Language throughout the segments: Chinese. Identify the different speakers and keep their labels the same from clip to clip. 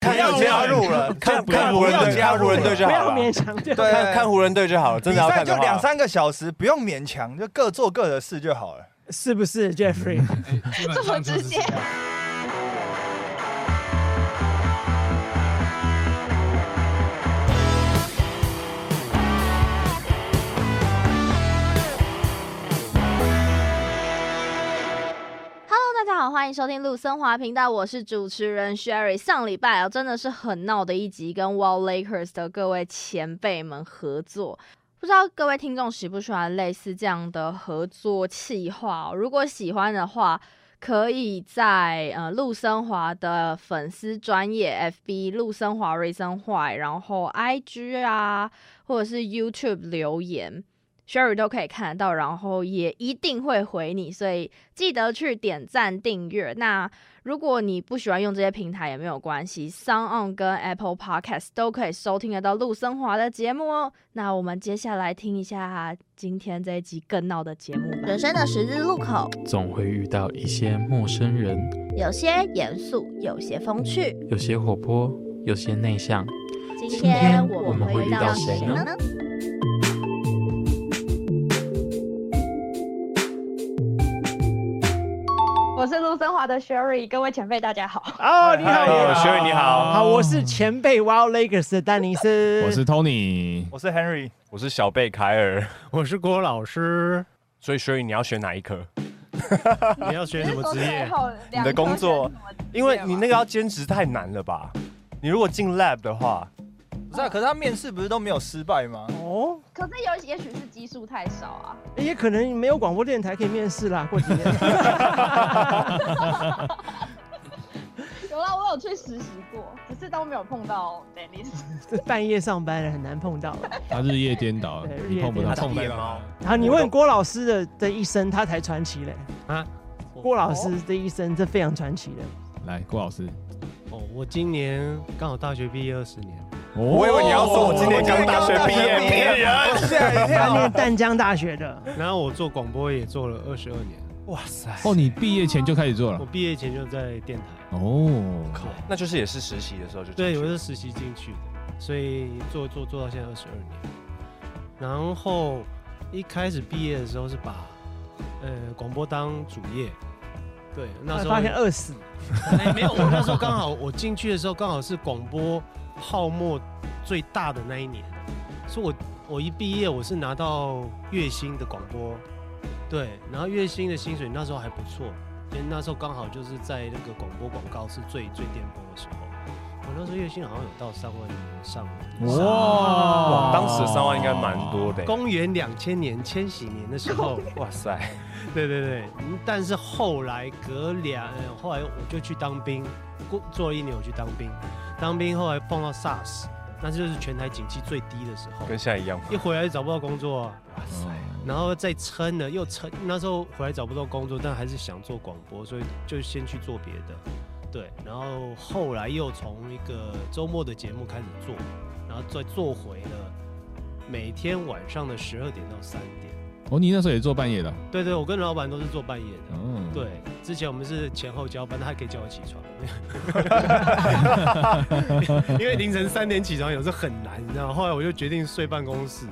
Speaker 1: 不要加入了，看看湖人队，看湖人队就
Speaker 2: 不
Speaker 1: 好
Speaker 2: 要
Speaker 1: 了
Speaker 2: 勉。强就
Speaker 1: 对，看看湖人队就好了，真
Speaker 3: 比
Speaker 1: 的要
Speaker 3: 赛
Speaker 1: 看
Speaker 3: 就
Speaker 1: 的
Speaker 3: 两
Speaker 1: 话，
Speaker 3: 三个小时，不用勉强，就各做各的事就好了。
Speaker 2: 是不是 Jeffrey？
Speaker 4: 嗯
Speaker 5: 哎基本上就是这样
Speaker 6: 这么大家好，欢迎收听陆森华频道，我是主持人 Sherry。上礼拜啊，真的是很闹的一集，跟 Wall Lakers 的各位前辈们合作。不知道各位听众喜不喜欢类似这样的合作企划、哦？如果喜欢的话，可以在呃陆森华的粉丝专业 FB 陆森华 Reason Why，然后 IG 啊，或者是 YouTube 留言。Sherry 都可以看得到，然后也一定会回你，所以记得去点赞订阅。那如果你不喜欢用这些平台也没有关系，Sound On 跟 Apple Podcast 都可以收听得到陆森华的节目哦。那我们接下来听一下今天这一集更闹的节目吧。人生的十字路口，
Speaker 7: 总会遇到一些陌生人，
Speaker 6: 有些严肃，有些风趣。
Speaker 7: 有些活泼，有些内向。
Speaker 6: 今
Speaker 7: 今
Speaker 6: 天
Speaker 7: 天
Speaker 6: 我
Speaker 7: 我
Speaker 6: 们
Speaker 7: 们
Speaker 6: 会
Speaker 7: 会
Speaker 6: 遇
Speaker 7: 遇
Speaker 6: 到
Speaker 7: 到
Speaker 6: 谁
Speaker 7: 谁
Speaker 6: 呢
Speaker 7: 呢？
Speaker 5: 我是陆森华的 Sherry，各位前辈大家好。
Speaker 2: 哦，你
Speaker 1: Hello，
Speaker 2: 好，你
Speaker 3: 啊
Speaker 2: 好
Speaker 1: 呃 Sherry，你好
Speaker 2: 好，我是前辈 Wild Lakers 的丹尼斯，
Speaker 8: 我是 Tony，
Speaker 3: 我是 Henry，
Speaker 1: 我是小贝凯尔，
Speaker 4: 我是郭老师，
Speaker 1: 所以所以你要选哪一科？
Speaker 4: 你要选什么职业？
Speaker 5: 你
Speaker 1: 你的工作因为你那个要兼职太难了吧？你如果进 lab 的话，
Speaker 3: 不是啊？可是他面试不是都没有失败吗？
Speaker 2: 哦，
Speaker 5: 可是有也许是基数太少啊。
Speaker 2: 也可能没有广播电台可以面试啦，过几 年。
Speaker 5: 有啦，我有去实习过，只是都没有碰到 Dennis。
Speaker 2: 这半夜上班很难碰到了。
Speaker 8: 他日夜颠倒
Speaker 2: 对，
Speaker 8: 你碰不
Speaker 2: 日夜颠
Speaker 8: 到
Speaker 2: 倒。
Speaker 1: 碰
Speaker 3: 野
Speaker 1: 到
Speaker 3: 猫
Speaker 2: 然后你问郭老师的的一生，他才传奇嘞。
Speaker 4: 啊，
Speaker 2: 郭老师的一生，这非常传奇的。
Speaker 8: 来，郭老师，
Speaker 4: 哦，我今年刚好大学毕业二十年，
Speaker 1: 我以为你要说我今
Speaker 3: 我
Speaker 1: 年刚大学毕业，
Speaker 4: 哦
Speaker 1: 骗人！
Speaker 3: 吓一
Speaker 2: 他念
Speaker 3: 跳！
Speaker 2: 淡江大学的，
Speaker 4: 然后我做广播也做了二十二年，
Speaker 1: 哇塞，
Speaker 8: 哦，你毕业前就开始做
Speaker 4: 我
Speaker 8: 了，
Speaker 4: 毕业前就在电台，
Speaker 8: 哦，
Speaker 1: 那就是也是实习的时候就
Speaker 4: 对， 我是实习进去的，所以做做做到现在二十二年。然后一开始毕业的时候是把呃广播当主业，对，那时候
Speaker 2: 发现饿死。
Speaker 4: 哎，没有，我 那时候刚好我进去的时候刚好是广播泡沫最大的那一年，所以我我一毕业我是拿到月薪的广播，对，然后月薪的薪水那时候还不错，因为那时候刚好就是在那个广播广告是最最巅峰的时候，我那时候月薪好像有到三万以上，
Speaker 1: 哇，
Speaker 8: 哇
Speaker 1: 当时三万应该蛮多的。
Speaker 4: 公元两千年千禧年的时候，
Speaker 1: 哇塞，
Speaker 4: 对对对，嗯但是后来隔两，呃后来我就去当兵，过做了一年我去当兵，当兵后来碰到 SARS，那就是全台景气最低的时候，
Speaker 1: 跟现在一样。
Speaker 4: 一回来就找不到工作啊，
Speaker 1: 哇塞，
Speaker 4: 然后再撑了又撑，那时候回来找不到工作，但还是想做广播，所以就先去做别的，对，然后后来又从一个周末的节目开始做，然后再做回了每天晚上的十二点到三点，
Speaker 8: 哦，你那时候也做半夜的，
Speaker 4: 对对，我跟老板都是做半夜的。
Speaker 8: 嗯，
Speaker 4: 对，之前我们是前后交班，他还可以叫我起 床，因为凌晨三点起床有时候很难，你知道吗。后来我就决定睡办公室，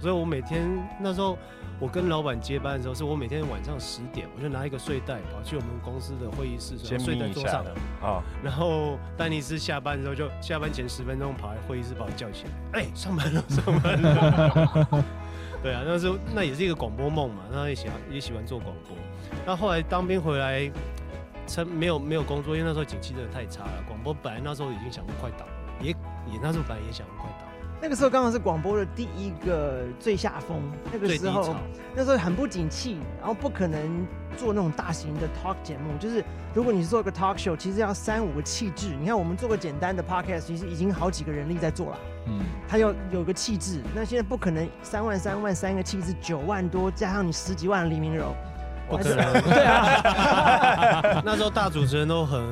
Speaker 4: 所以我每天那时候我跟老板接班的时候，是我每天晚上十点，我就拿一个睡袋跑去我们公司的会议室，
Speaker 1: 先
Speaker 4: 睡在
Speaker 1: 眯一
Speaker 4: 桌
Speaker 1: 下
Speaker 4: 上，
Speaker 1: 啊，
Speaker 4: 然后丹尼斯下班的时候就下班前十分钟跑来会议室把我叫起来，哎、上班了，上班了。 对啊，那时候那也是一个广播梦嘛，那也喜欢也喜欢做广播。那后来当兵回来，趁没有没有工作，因为那时候景气真的太差了，广播本来那时候已经想过快倒了，也也那时候本来也想过快倒了，
Speaker 2: 那个时候刚好是广播的第一个最下风，那个
Speaker 4: 最低
Speaker 2: 时候
Speaker 4: 潮。
Speaker 2: 那时候很不景气，然后不可能做那种大型的 talk 节目。就是如果你做个 talk show，其实要三五个气质。你看我们做个简单的 podcast，其实已经好几个人力在做了。
Speaker 8: 嗯，
Speaker 2: 它要有个气质，那现在不可能三万、三万、三个气质，九万多加上你十几万的黎明柔，
Speaker 4: 不
Speaker 2: 还
Speaker 4: 可
Speaker 2: 是
Speaker 4: 能。
Speaker 2: 对啊，
Speaker 4: 那时候大主持人都很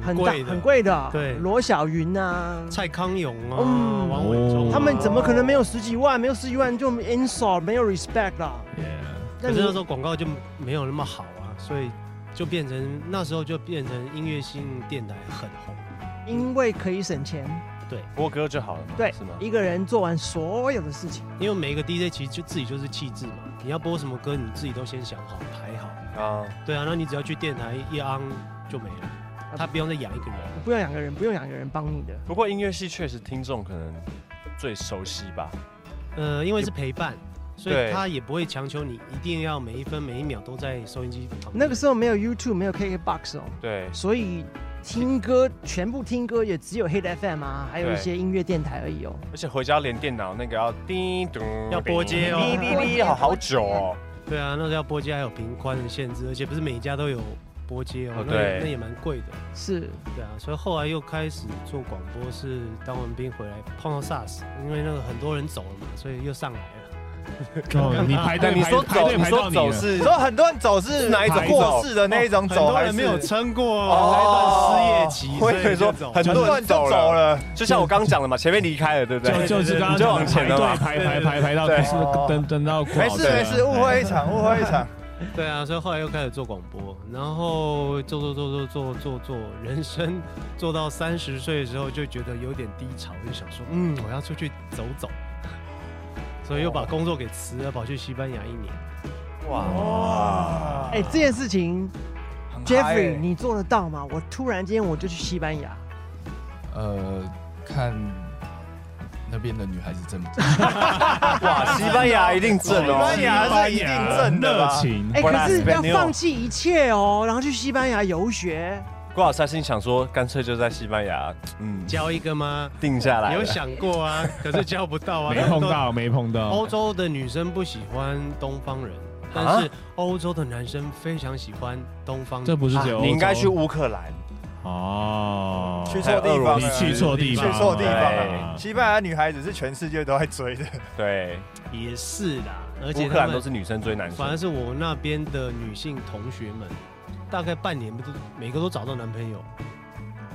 Speaker 2: 很大
Speaker 4: 贵的，
Speaker 2: 很。贵的。
Speaker 4: 对
Speaker 2: 罗小云啊，
Speaker 4: 蔡康永啊，
Speaker 2: 嗯
Speaker 4: 王伟忠啊、
Speaker 2: 他们怎么可能没有十几万？没有十几万就 insult，没有 respect 啦。
Speaker 8: 耶，
Speaker 2: 那
Speaker 4: 可是那时
Speaker 2: 你
Speaker 4: 候广告就没有那么好啊，所以就变成那时候就变成音乐性电台很红，
Speaker 2: 因为可以省钱，
Speaker 1: 播歌就好了嘛，
Speaker 2: 对
Speaker 1: 是吗，？
Speaker 2: 一个人做完所有的事情。
Speaker 4: 因为每个 DJ 其实就自己就是气质嘛，你要播什么歌，你自己都先想好排好。
Speaker 1: 啊，
Speaker 4: 对啊，那你只要去电台一昂就没了，他不用再养一个人。
Speaker 2: 不用两个人，不用两个人帮你的。
Speaker 1: 不过音乐系确实听众可能最熟悉吧，
Speaker 4: 呃，因为是陪伴，所
Speaker 1: 对
Speaker 4: 以他也不会强求你一定要每一分每一秒都在收音机旁边。
Speaker 2: 那个时候没有 YouTube，没有 KKBox 哦，
Speaker 1: 对，
Speaker 2: 所以听歌全部听歌也只有 Hit FM 啊，还有一些音乐电台而已哦。
Speaker 1: 而且回家连电脑那个要叮咚，
Speaker 4: 要拨接哦
Speaker 1: 叮叮叮叮，好好 久哦，
Speaker 4: 对啊，那时候要拨接还有频宽的限制，而且不是每一家都有拨接哦
Speaker 1: 哦，
Speaker 4: 那也
Speaker 1: 对
Speaker 4: 那也蛮贵的。
Speaker 2: 是，
Speaker 4: 对啊，所以后来又开始做广播，是当完兵回来碰到 SARS，因为那个很多人走了嘛，所以又上来了。
Speaker 8: 哦，你排队
Speaker 1: 哎对，你说
Speaker 8: 排排
Speaker 1: 走，
Speaker 8: 队
Speaker 1: 你
Speaker 8: 排到
Speaker 1: 说
Speaker 8: 你
Speaker 1: 走
Speaker 8: 了
Speaker 1: 是
Speaker 3: 你说很多人走啊是
Speaker 1: 哪一种
Speaker 3: 过世的那一种
Speaker 4: 很
Speaker 3: 走，
Speaker 4: 多
Speaker 3: 还
Speaker 4: 人
Speaker 3: 是
Speaker 4: 没有撑过
Speaker 3: 啊
Speaker 1: 哦
Speaker 4: 那段失业期，
Speaker 1: 我
Speaker 4: 所
Speaker 1: 以为
Speaker 4: 以
Speaker 1: 说
Speaker 4: 就走
Speaker 1: 很
Speaker 3: 很多
Speaker 1: 多人
Speaker 3: 人就走了，
Speaker 1: 就像我刚讲的嘛，前面离开了，对不对？
Speaker 8: 就就是刚刚
Speaker 1: 你就往前了嘛
Speaker 8: 排队排排排排到
Speaker 1: 对
Speaker 2: 哦
Speaker 8: 就是等等到过
Speaker 3: 没
Speaker 8: 好
Speaker 3: 事
Speaker 8: 对
Speaker 3: 没事，误
Speaker 8: 哎
Speaker 3: 会一场，误会一场。
Speaker 4: 对啊，所以后来又开始做广播，然后做做做做做做做，人生做到三十岁的时候就觉得有点低潮，就想说，嗯，我要出去走走，所以又把工作给辞了，跑去西班牙一年。
Speaker 3: 哇，
Speaker 2: 哎，这件事情
Speaker 3: 啊很嗨欸
Speaker 2: ，Jeffrey，你做得到吗？我突然间我就去西班牙，
Speaker 9: 呃，看那边的女孩子正不正？
Speaker 1: 哇，西班牙一定正
Speaker 3: 西
Speaker 1: 哦
Speaker 3: 班，牙是一定正的
Speaker 8: 热
Speaker 3: 吧？
Speaker 8: 情
Speaker 2: 哎，
Speaker 1: 不然
Speaker 2: 可是要
Speaker 1: Spaniel
Speaker 2: 放弃一切哦，然后去西班牙游学。
Speaker 1: 郭老师还心想说，干脆就在西班牙，嗯，
Speaker 4: 交一个吗？
Speaker 1: 定下来
Speaker 4: 你
Speaker 1: 了。
Speaker 4: 有想过啊，可是交不到啊，
Speaker 8: 没碰。到没碰到
Speaker 2: 哦
Speaker 4: 欧，洲的女生不喜欢东方人，但
Speaker 1: 啊
Speaker 4: 是欧洲的男生非常喜欢东方
Speaker 8: 这
Speaker 4: 人。
Speaker 8: 不是
Speaker 1: 啊
Speaker 8: 只有欧洲
Speaker 1: 你应该去乌克兰，
Speaker 8: 哦，
Speaker 3: 去错地方
Speaker 8: 你
Speaker 3: 了，
Speaker 8: 去错地
Speaker 3: 去
Speaker 8: 方了，
Speaker 9: 啊
Speaker 3: 错地方啊
Speaker 1: 哎
Speaker 3: 了。西班牙女孩子是全世界都在追的，
Speaker 1: 对，
Speaker 4: 也是啦，而且
Speaker 1: 乌克
Speaker 4: 他
Speaker 1: 兰都
Speaker 4: 们
Speaker 1: 是女生追男
Speaker 4: 反而
Speaker 1: 生，
Speaker 4: 是我那边的女性同学们，大概半年不都每个都找到男朋友，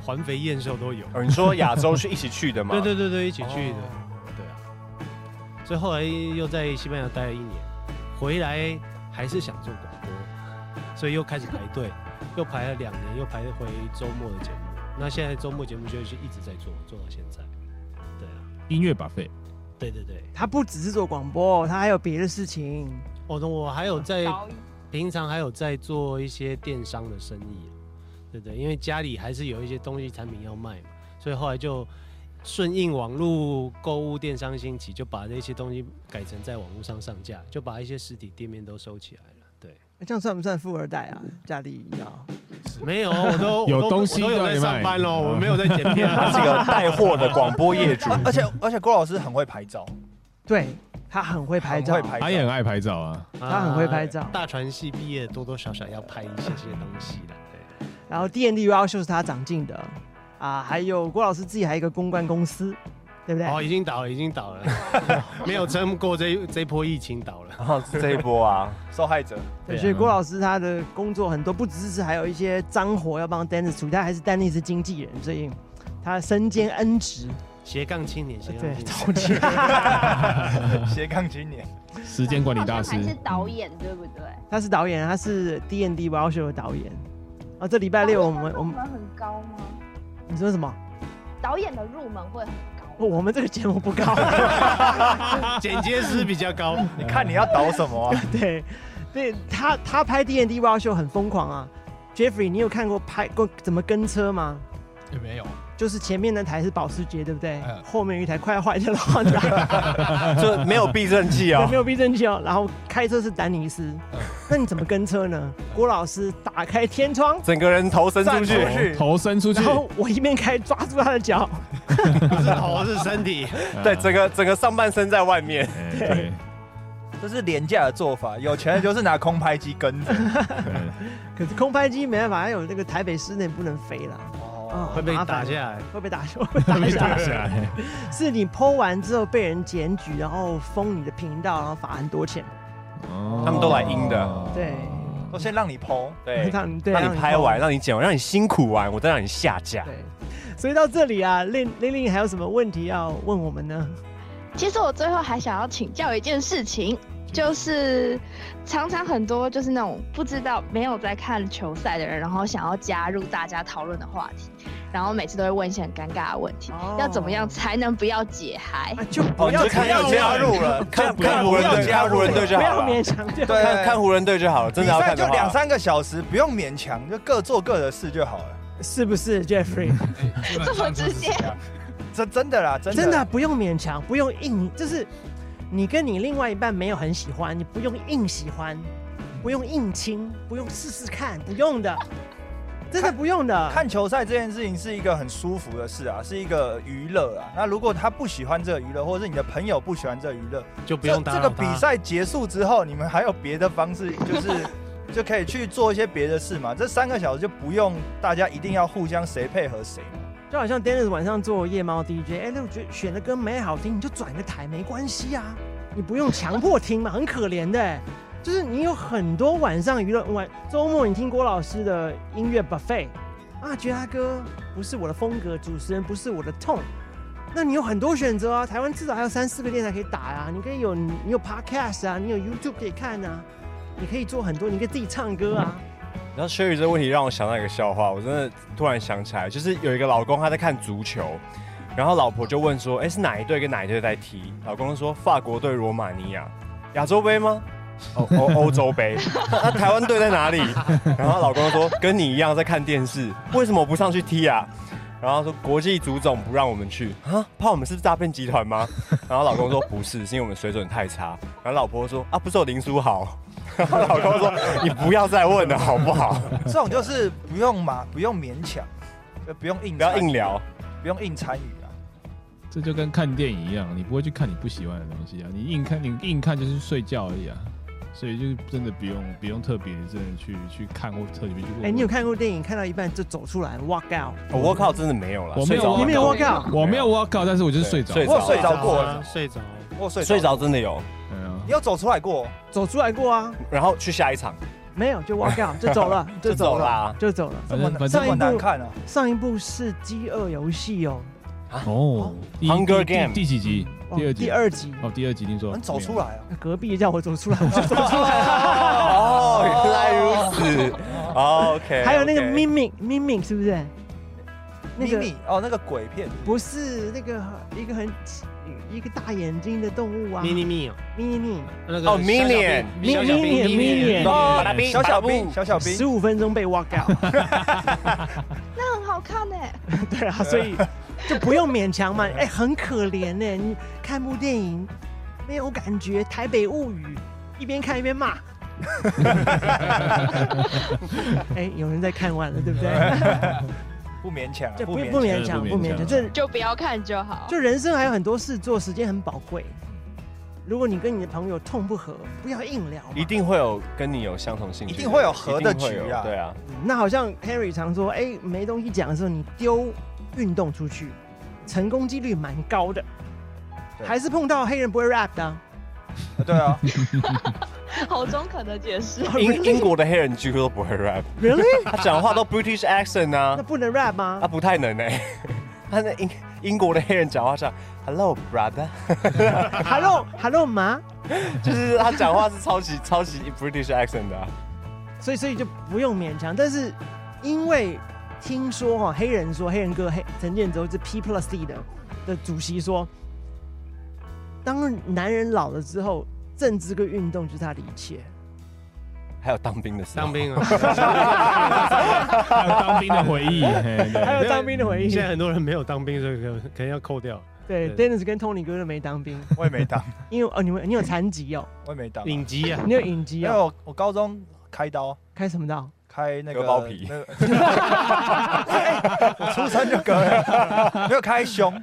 Speaker 4: 环肥燕瘦都有。
Speaker 1: 哦，你说亚洲是一起去的吗？
Speaker 4: 对对对对，一起去的，对啊。所以后来又在西班牙待了一年，回来还是想做广播，所以又开始排队，又排了两年，又排回周末的节目。那现在周末节目就是一直在做，做到现在。对啊，
Speaker 8: 音乐把费，
Speaker 4: 对对对，
Speaker 2: 他不只是做广播，他还有别的事情。
Speaker 4: 哦，那我还有在
Speaker 5: 导演
Speaker 4: 平常还有在做一些电商的生意，啊对不对？因为家里还是有一些东西产品要卖嘛，所以后来就顺应网络购物电商兴起，就把那些东西改成在网络上上架，就把一些实体店面都收起来了。对，
Speaker 2: 哎这样算不算富二代啊？家里要
Speaker 4: 没有，我都
Speaker 8: 有
Speaker 4: 我都
Speaker 8: 东西
Speaker 4: 我都有
Speaker 8: 在
Speaker 4: 在上 班喽，
Speaker 8: 卖
Speaker 4: 我没有在剪 片啊
Speaker 1: 他是个带货的广播业主，
Speaker 3: 而且而且郭老师很会拍照，
Speaker 2: 对他很会拍
Speaker 3: 很
Speaker 2: 照
Speaker 3: 会，拍
Speaker 9: 哎
Speaker 8: 他也
Speaker 3: 照
Speaker 8: 很。爱拍照啊，
Speaker 2: 他很会拍照
Speaker 4: 啊大传系毕业多多少少要拍一些些东西的。对，
Speaker 2: 然后 D N D U L 秀是他长进的啊，还有郭老师自己还有一个公关公司，对不对？
Speaker 4: 哦，已经倒了，已经倒了，没有撑过这一这一波疫情倒了。
Speaker 1: 然后是这一波啊，
Speaker 3: 受害者，
Speaker 2: 对，
Speaker 4: 对啊
Speaker 2: 所以郭老师他的工作很多，不只是还有一些脏活要帮 Dennis 处理，他还是 Dennis 的经纪人，所以他身兼恩职。
Speaker 4: 斜杠青年，斜
Speaker 2: 呃
Speaker 4: 杠
Speaker 2: 对
Speaker 4: 青年。
Speaker 2: 超级
Speaker 3: 斜杠青年。
Speaker 8: 时间管理大师
Speaker 5: 好像还是导演对不对？
Speaker 2: 他是导演，他是 D N D U L 秀的导演。啊，这礼拜六我们 我
Speaker 5: 入
Speaker 2: 们
Speaker 5: 门很高吗？
Speaker 2: 你说什么？
Speaker 5: 导演的入门会很高
Speaker 2: 哦，我们这个节目不啊高。
Speaker 4: 剪接师比较高，
Speaker 3: 你看你要导什么啊？
Speaker 2: 对，对他他拍 D N D Wild Show 很疯狂啊。Jeffrey，你有看过拍过怎么跟车吗？
Speaker 9: 也没有，
Speaker 2: 就是前面那台是保时捷，对不对？
Speaker 9: 嗯
Speaker 2: 后面有一台快要坏掉的 Honda，
Speaker 1: 就没有避震器
Speaker 2: 有
Speaker 1: 哦
Speaker 2: 没。有避震器哦。然后开车是丹尼斯，那你怎么跟车呢？郭老师打开天窗，
Speaker 1: 整个人 头伸出
Speaker 3: 站
Speaker 1: 去
Speaker 3: 出，去
Speaker 8: 头伸出去
Speaker 2: 然，后我一边开抓住他的脚，
Speaker 4: 不是头是身体。
Speaker 1: 对，
Speaker 8: 啊
Speaker 1: 整个整个上半身在外面，
Speaker 8: 哎对，
Speaker 3: 这是廉价的做法，有钱人就是拿空拍机跟着。
Speaker 8: 对
Speaker 2: 可是空拍机没办法，还有那个台北市内不能飞啦，啊
Speaker 3: 哦，
Speaker 4: 会被打下来。
Speaker 2: 会被打，会被打下来。是你 PO 完之后被人检举，然后封你的频道，然后罚很多钱。
Speaker 8: 他
Speaker 9: 哦
Speaker 1: 他们都来阴
Speaker 8: 哦
Speaker 1: 的，
Speaker 2: 对，
Speaker 3: 我先让你剖，
Speaker 1: 对，
Speaker 2: 让你对
Speaker 1: 让你拍
Speaker 2: 剖
Speaker 1: 完，让你剪完，让你辛苦完，我再让你下架。
Speaker 2: 对，所以到这里啊，玲玲玲还有什么问题要问我们呢？
Speaker 5: 其实我最后还想要请教一件事情，
Speaker 8: 请
Speaker 5: 就是常常很多就是那种不知道没有在看球赛的人，然后想要加入大家讨论的话题，然后每次都会问一些很尴尬的问题，
Speaker 2: 哦
Speaker 5: 要怎么样才能不要解嗨？
Speaker 2: 啊，就
Speaker 1: 哦
Speaker 2: 不
Speaker 1: 你
Speaker 2: 要
Speaker 1: 就看
Speaker 2: 强
Speaker 1: 要
Speaker 2: 调
Speaker 1: 这样
Speaker 3: 加入了，
Speaker 1: 看
Speaker 3: 不要
Speaker 1: 看湖人
Speaker 3: 不要
Speaker 1: 队，
Speaker 3: 加
Speaker 1: 看
Speaker 3: 入
Speaker 1: 湖人队就
Speaker 2: 不
Speaker 1: 好
Speaker 2: 要
Speaker 1: 了。
Speaker 2: 勉强掉。
Speaker 3: 对，
Speaker 1: 看看湖人队就好了，真
Speaker 3: 比
Speaker 1: 的要
Speaker 3: 赛
Speaker 1: 看的
Speaker 3: 就
Speaker 1: 话
Speaker 3: 两三个小时，不用勉强，就各做各的事就好了。
Speaker 2: 是不是 Jeffrey？
Speaker 1: 嗯
Speaker 9: 基本上就是这样。
Speaker 3: 这真的啦，真的
Speaker 2: 真的不用勉强，不用硬，就是你跟你另外一半没有很喜欢，你不用硬喜欢，不用硬亲，不用试试看，不用的，真的不用的。
Speaker 3: 看球赛这件事情是一个很舒服的事啊，是一个娱乐啊。那如果他不喜欢这个娱乐，或者是你的朋友不喜欢这个娱乐，
Speaker 4: 就不
Speaker 3: 这
Speaker 4: 用打
Speaker 3: 这个
Speaker 4: 扰他
Speaker 3: 比赛结束之后，你们还有别的方式，就是 就可以去做一些别的事嘛。这三个小时就不用大家一定要互相谁配合谁嘛。
Speaker 2: 就好像 Dennis 晚上做夜猫 DJ，哎，那我觉得选的歌没好听，你就转个台没关系啊，你不用强迫听嘛，很可怜的、就是你有很多晚上娱乐晚周末，你听郭老师的音乐 buffet 啊，觉得他歌不是我的风格，主持人不是我的 tone，那你有很多选择啊。台湾至少还有三四个电台可以打啊，你可以有你有 podcast 啊，你有 YouTube 可以看啊，你可以做很多，你可以自己唱歌啊。
Speaker 1: 然后 Sherry 这个问题让我想到一个笑话，我真的突然想起来，就是有一个老公他在看足球，然后老婆就问说：“哎，是哪一队跟哪一队在踢？”老公说：“法国对罗马尼亚，亚洲杯吗？”欧欧欧洲杯，那台湾队在哪里？然后老公说跟你一样在看电视，为什么不上去踢啊？然后说国际足总不让我们去啊，怕我们是不是诈骗集团吗？然后老公说不是，是因为我们水准太差。然后老婆说啊，不是有林书豪。 然后老公说你不要再问了好不好？
Speaker 3: 这种就是不用嘛，不用勉强，就不用硬
Speaker 1: 不要
Speaker 3: 参与啊
Speaker 1: 硬聊，
Speaker 3: 不用硬参与啊。
Speaker 8: 这就跟看电影一样，你不会去看你不喜欢的东西啊，你硬看你硬看就是睡觉而已啊，所以就是真的不用不用特别真的去去看或特别去问。
Speaker 2: 哎、你有看过电影看到一半就走出来 walk out？
Speaker 1: 我靠，真的没有了，
Speaker 8: 我没
Speaker 1: 睡
Speaker 8: 有
Speaker 1: 着
Speaker 2: 你
Speaker 1: 了
Speaker 2: 没有 walk out？
Speaker 8: 我没有 walk out，但是我就是睡着。
Speaker 1: 对
Speaker 3: 我有睡着过
Speaker 4: 啊，睡着。
Speaker 3: 我睡
Speaker 1: 睡着，真的有，
Speaker 8: 对啊
Speaker 3: 你有走出来过？
Speaker 2: 走出来过啊？
Speaker 1: 然后去下一场
Speaker 2: 没有，就 walk out，就走了，
Speaker 1: 就走啦。
Speaker 2: 就走了。
Speaker 8: 反
Speaker 3: 这么
Speaker 8: 正反正
Speaker 3: 难这
Speaker 2: 上一
Speaker 3: 么
Speaker 2: 部
Speaker 3: 难看啊！
Speaker 2: 上一部是《饥饿游戏》哦，
Speaker 8: 哦第一
Speaker 1: Hunger
Speaker 8: 第
Speaker 1: Game
Speaker 8: 第第几集？
Speaker 2: 哦
Speaker 8: 第二集。
Speaker 2: 第二集，
Speaker 8: 哦，第二集听说
Speaker 3: 能走出来啊？啊
Speaker 2: 隔壁叫我走出来，我就走出来。
Speaker 1: 哦，原来如此。哦 OK，
Speaker 2: 还有那个
Speaker 1: OK
Speaker 2: Mimic Mimic 是不是？那
Speaker 3: 秘
Speaker 2: 个
Speaker 3: 密哦，那个鬼片
Speaker 2: 不是那个一个很一个大眼睛的动物啊
Speaker 4: mini me 哦，
Speaker 2: Mini
Speaker 4: 那个
Speaker 1: 哦，Minion
Speaker 4: 小小
Speaker 2: Minion，
Speaker 4: 兵 Minion，
Speaker 2: Minion
Speaker 1: 哦把
Speaker 4: Minion
Speaker 1: 它冰
Speaker 3: 嗯小小兵，
Speaker 1: 把
Speaker 3: 小小兵
Speaker 2: 十，五分钟被 walk out，
Speaker 5: 那很好看欸呢、
Speaker 2: 对啊，所以就不用勉强嘛。 哎、很可怜呢、你看部电影没有感觉，《台北物语》一边看一边 骂。哎、有人在看完了，对不对？
Speaker 3: 不勉强啊，
Speaker 2: 这不
Speaker 3: 不
Speaker 2: 不
Speaker 3: 勉强。
Speaker 2: 勉强，
Speaker 8: 不
Speaker 2: 不
Speaker 8: 勉强
Speaker 2: 勉强，这
Speaker 5: 就不要看就好。
Speaker 2: 就人生还有很多事做，时间很宝贵。如果你跟你的朋友痛不合，不要硬聊嘛。
Speaker 1: 一定会有跟你有相同兴趣的人，
Speaker 3: 一定会有合的局啊
Speaker 1: 一定会有对 啊，
Speaker 2: 那好像 Henry 常说，哎、没东西讲的时候，你丢运动出去，成功几率蛮高的。
Speaker 3: 对
Speaker 2: 还是碰到黑人不会 rap 的啊、
Speaker 3: 对啊，
Speaker 5: 好中肯的解释，
Speaker 3: Oh,
Speaker 1: 英英国的黑人几乎都不会 rap，
Speaker 2: ，really？
Speaker 1: 他讲话都 British accent 啊
Speaker 2: 那，不能 rap 吗
Speaker 1: 他？不太能哎、他那英英国的黑人讲话像 Hello brother，
Speaker 2: Hello Hello 妈，
Speaker 1: 就是他讲话是抄袭抄袭 British accent 的啊、
Speaker 2: 所以所以就不用勉强。但是因为听说哈、黑人说黑人哥黑陈建州是 P Plus D 的的主席说，当男人老了之后，政治跟运动就是他的一切。
Speaker 1: 还有当兵的事，
Speaker 4: 当兵 啊，
Speaker 8: 还有当兵的回忆，嘿对
Speaker 2: 还有当兵的回忆
Speaker 4: 现在很多人没有当兵，所以可能可能要扣掉
Speaker 2: 对
Speaker 4: 对
Speaker 2: ，Dennis 跟 Tony 哥都没当兵，
Speaker 3: 我也没当，
Speaker 2: 因为哦，你们你有残疾哦，
Speaker 3: 我也没当啊，
Speaker 4: 影集啊。
Speaker 2: 你有隐疾
Speaker 3: 因为
Speaker 2: 哦，
Speaker 3: 我我高中开刀。
Speaker 2: 开什么刀？
Speaker 3: 开那个
Speaker 1: 割包皮
Speaker 3: 那个 哎我出生就割了，没有开胸，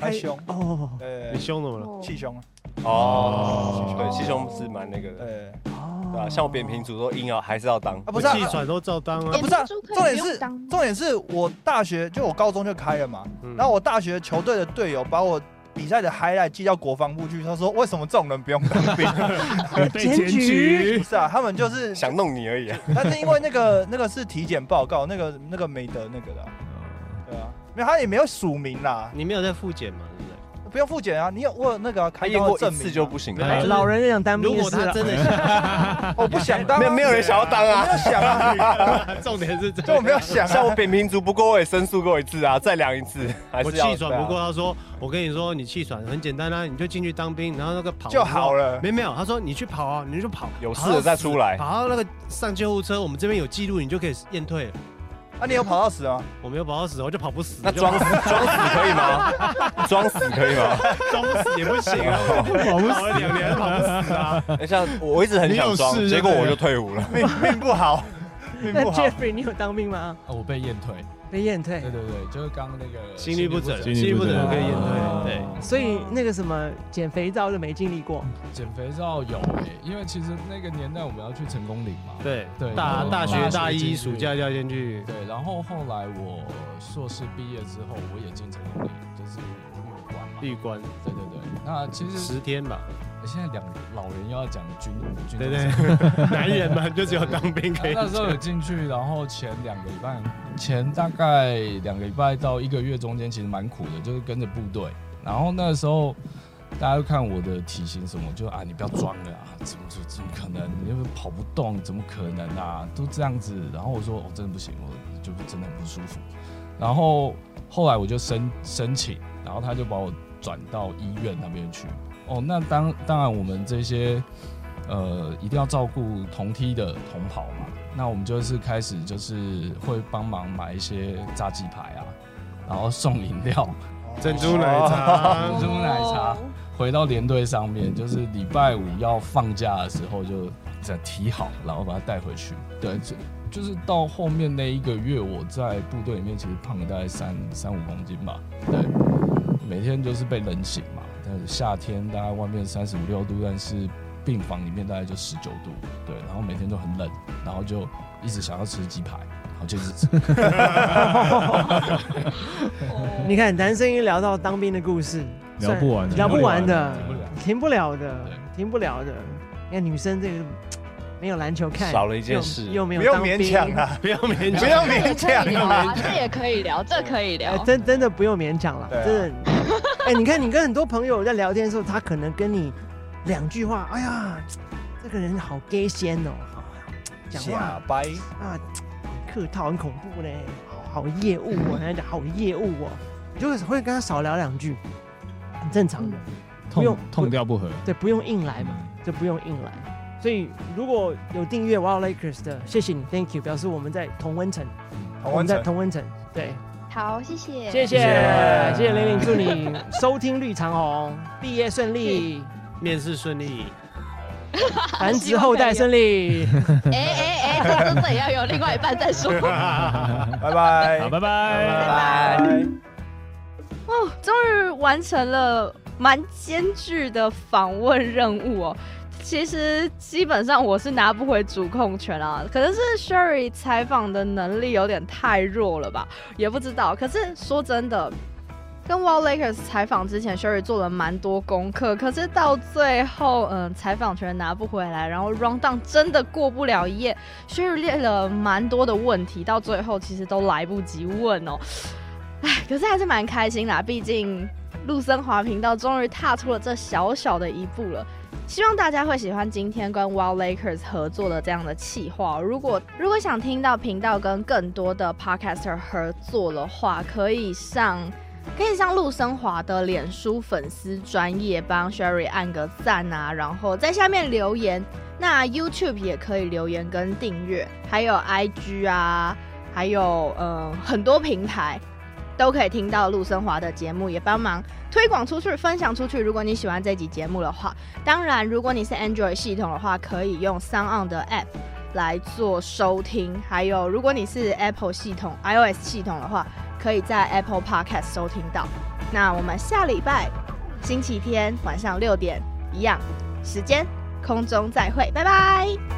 Speaker 3: 开胸，
Speaker 2: 哦
Speaker 3: 呃
Speaker 4: 你，凶怎么了？
Speaker 3: 气胸，
Speaker 1: 哦，对，师兄是蛮那个的，
Speaker 3: 呃，
Speaker 2: 哦，
Speaker 1: 对啊，像我扁平足都硬要还是要当
Speaker 3: 啊，不
Speaker 4: 我
Speaker 3: 是啊，
Speaker 4: 气喘都照当
Speaker 3: 啊
Speaker 4: 啊。
Speaker 3: 不是啊，
Speaker 5: 猪可
Speaker 3: 重点
Speaker 5: 以不用
Speaker 3: 是
Speaker 5: 当
Speaker 3: 重点是我大学就我高中就开了嘛，
Speaker 4: 嗯
Speaker 3: 然后我大学球队的队友把我比赛的 highlight 寄到国防部去，他说为什么这种人不用当 兵？
Speaker 8: 被
Speaker 2: 检举
Speaker 3: 不是啊，他们就是，
Speaker 1: 想弄你而已、啊。
Speaker 3: 但是因为那个那个是体检报告，那个那个没得那个的啊，对啊，没有他也没有署名啦，
Speaker 4: 你没有在复检嘛？对不对？
Speaker 3: 不用复检啊，你有我有那个啊
Speaker 1: 他
Speaker 3: 开
Speaker 1: 验
Speaker 3: 刀
Speaker 1: 过
Speaker 3: 的
Speaker 1: 一
Speaker 3: 证明
Speaker 1: 次
Speaker 3: 啊
Speaker 1: 就不，行
Speaker 8: 对
Speaker 1: 了
Speaker 8: 啊，
Speaker 2: 老人想当
Speaker 4: 如
Speaker 2: 兵
Speaker 4: 果
Speaker 2: 士
Speaker 4: 他
Speaker 2: 了，
Speaker 4: 真的想，
Speaker 3: 我不想当啊，
Speaker 1: 没有没有人想要当
Speaker 3: 我没
Speaker 1: 啊。
Speaker 3: 有想啊，
Speaker 4: 重点是这
Speaker 3: 就我
Speaker 4: 样
Speaker 3: 没有想
Speaker 1: 像
Speaker 3: 啊，
Speaker 1: 我扁平足，不过我也申诉过一次啊，再量一 次还
Speaker 4: 我
Speaker 1: 是要。
Speaker 4: 气
Speaker 1: 对
Speaker 4: 喘
Speaker 1: 啊
Speaker 4: 不过，，他说：“我跟你说，你气喘很简单啊，你就进去当兵，然后那个跑
Speaker 3: 就好
Speaker 4: 了。
Speaker 3: 了”。
Speaker 4: 没有没有，他说你去跑啊，你就跑，
Speaker 1: 有事
Speaker 4: 跑到
Speaker 1: 了再
Speaker 4: 死
Speaker 1: 出来
Speaker 4: 跑到那个上救护车，我们这边有记录，你就可以验退了。
Speaker 3: 啊，你有跑到死啊？
Speaker 4: 我没有跑到死，我就跑不死，
Speaker 1: 那
Speaker 4: 就
Speaker 1: 装死装死可以 吗？装死可以吗？
Speaker 4: 装不死也不行啊，
Speaker 8: 我们
Speaker 4: 跑了两年 跑不死啊。
Speaker 1: 等一下，欸我一直很想装
Speaker 8: 你有，事
Speaker 1: 结果
Speaker 8: 对不对
Speaker 1: 我就退伍了。
Speaker 3: 命命不好，命
Speaker 2: 那
Speaker 3: 不好。
Speaker 2: Jeffrey 你有当兵吗？
Speaker 9: 哦 我被验退，
Speaker 2: 被验退
Speaker 9: 对，对对，就是刚刚那个
Speaker 4: 心律不整，
Speaker 8: 心
Speaker 4: 心
Speaker 8: 律
Speaker 4: 律
Speaker 8: 不
Speaker 4: 不整
Speaker 8: 整
Speaker 4: 可以验
Speaker 9: 哦
Speaker 4: 退，对。
Speaker 2: 所以那个什么减肥皂就没经历过。
Speaker 9: 减肥照有诶、因为其实那个年代我们要去成功岭嘛，
Speaker 4: 对
Speaker 9: 对
Speaker 4: 大
Speaker 9: 然后
Speaker 4: 大
Speaker 9: 大
Speaker 4: 学
Speaker 9: 学
Speaker 4: 大
Speaker 9: 进
Speaker 4: 一
Speaker 9: 去
Speaker 4: 暑假就要先去，
Speaker 9: 对，然后后来我硕士毕业之后，我也进成功岭，就是玉关嘛，
Speaker 4: 闭关
Speaker 9: 对对对，那其实
Speaker 4: 十天 吧。
Speaker 9: 现在两老人又要讲军武，军
Speaker 4: 对
Speaker 9: 中
Speaker 4: 对
Speaker 9: 生，
Speaker 4: 男人嘛，就只有当兵可以。
Speaker 9: 那时候有进去，然后前两个礼拜，前大概两个礼拜到一个月中间，其实蛮苦的，就是跟着部队。然后那时候大家就看我的体型什么，就啊你不要装了啊，怎么怎么怎么可能？你又跑不动，怎么可能啊？都这样子。然后我说我、哦真的不行，我就真的很不舒服。然后后来我就申申请，然后他就把我转到医院那边去。哦，那当当然我们这些呃，一定要照顾同梯的同袍嘛。那我们就是开始就是会帮忙买一些炸鸡排啊，然后送饮料，
Speaker 4: 珍珠奶
Speaker 3: 哦
Speaker 4: 茶
Speaker 5: 哦
Speaker 9: 珍珠奶茶，回到连队上面，就是礼拜五要放假的时候就再提好，然后把它带回去。对，这就是到后面那一个月，我在部队里面其实胖了大概三三五公斤吧。对，每天就是被冷醒嘛，但是夏天大概外面三十五六度，但是病房里面大概就十九度。对，然后每天都很冷，然后就一直想要吃鸡排，然后就一直吃。
Speaker 5: 嗯
Speaker 2: 你看，男生一聊到当兵的故事，
Speaker 8: 聊不完的
Speaker 2: 聊不完的
Speaker 9: 聊不完的，
Speaker 2: 停不了的
Speaker 9: 对，
Speaker 2: 停不了的。你看女生这个没有篮球看，
Speaker 1: 少了一件事
Speaker 2: 又又没有
Speaker 3: 不用
Speaker 2: 当兵
Speaker 3: 勉强，啊，
Speaker 4: 不要勉
Speaker 3: 不
Speaker 4: 强。
Speaker 3: 用勉
Speaker 5: 这
Speaker 3: 强
Speaker 5: 也
Speaker 3: 啊。
Speaker 5: 啊，这也可以聊，这可以
Speaker 2: 哎
Speaker 5: 聊，。
Speaker 2: 真真的不用勉强了，
Speaker 3: 对啊
Speaker 2: 真的。哎，你看你跟很多朋友在聊天的时候，他可能跟你两句话，哎呀，这个人好 gay 先哦，好讲话
Speaker 3: 假掰，
Speaker 2: 啊，很客套很恐怖嘞，好好业务 哦，人家讲好业务哦，你就会跟他少聊两句，嗯很正常的，不用
Speaker 8: 痛痛掉不合，
Speaker 2: 对，不用硬
Speaker 8: 哎
Speaker 9: 嗯
Speaker 2: 来嘛，就不用硬来。所以如果有订阅 Wild Lakers 的，谢谢你，Thank you，表示我们在同温层，
Speaker 3: 同温
Speaker 2: 我们在
Speaker 3: 层。
Speaker 2: 同温层，对，
Speaker 5: 好，谢谢，
Speaker 3: 谢
Speaker 2: 谢谢
Speaker 3: 谢
Speaker 2: 谢谢玲玲，祝你收听率长虹，毕业顺 利，
Speaker 4: 面试顺利，
Speaker 2: 繁殖后代顺利，
Speaker 5: 哎哎哎，这真的要有另外一半再说。
Speaker 3: 拜拜，
Speaker 8: 好，拜拜。
Speaker 3: 拜。
Speaker 6: 哦，终于完成了蛮艰巨的访问任务哦。其实基本上我是拿不回主控权啊，可能是 Sherry 采访的能力有点太弱了吧，也不知道。可是说真的，跟 Wall Lakers 采访之前，Sherry 做了蛮多功课，可是到最后，嗯，采访权拿不回来，然后 Round Down 真的过不了一夜，Sherry 列了蛮多的问题，到最后其实都来不及问哦。唉，可是还是蛮开心啦，毕竟陆森华频道终于踏出了这小小的一步了。希望大家会喜欢今天跟 Wild Lakers 合作的这样的企划哦。如果如果想听到频道跟更多的 podcaster 合作的话，可以上可以上陆生华的脸书粉丝专业帮 Sherry 按个赞啊，然后在下面留言。那 YouTube 也可以留言跟订阅，还有 IG 啊，还有嗯很多平台。都可以听到陆生华的节目，也帮忙推广出去、分享出去。如果你喜欢这集节目的话，当然，如果你是 Android 系统的话，可以用 Sound On 的 App 来做收听；还有，如果你是 Apple 系统、iOS 系统的话，可以在 Apple Podcast 收听到。那我们下礼拜星期天晚上六点一样时间空中再会，拜拜。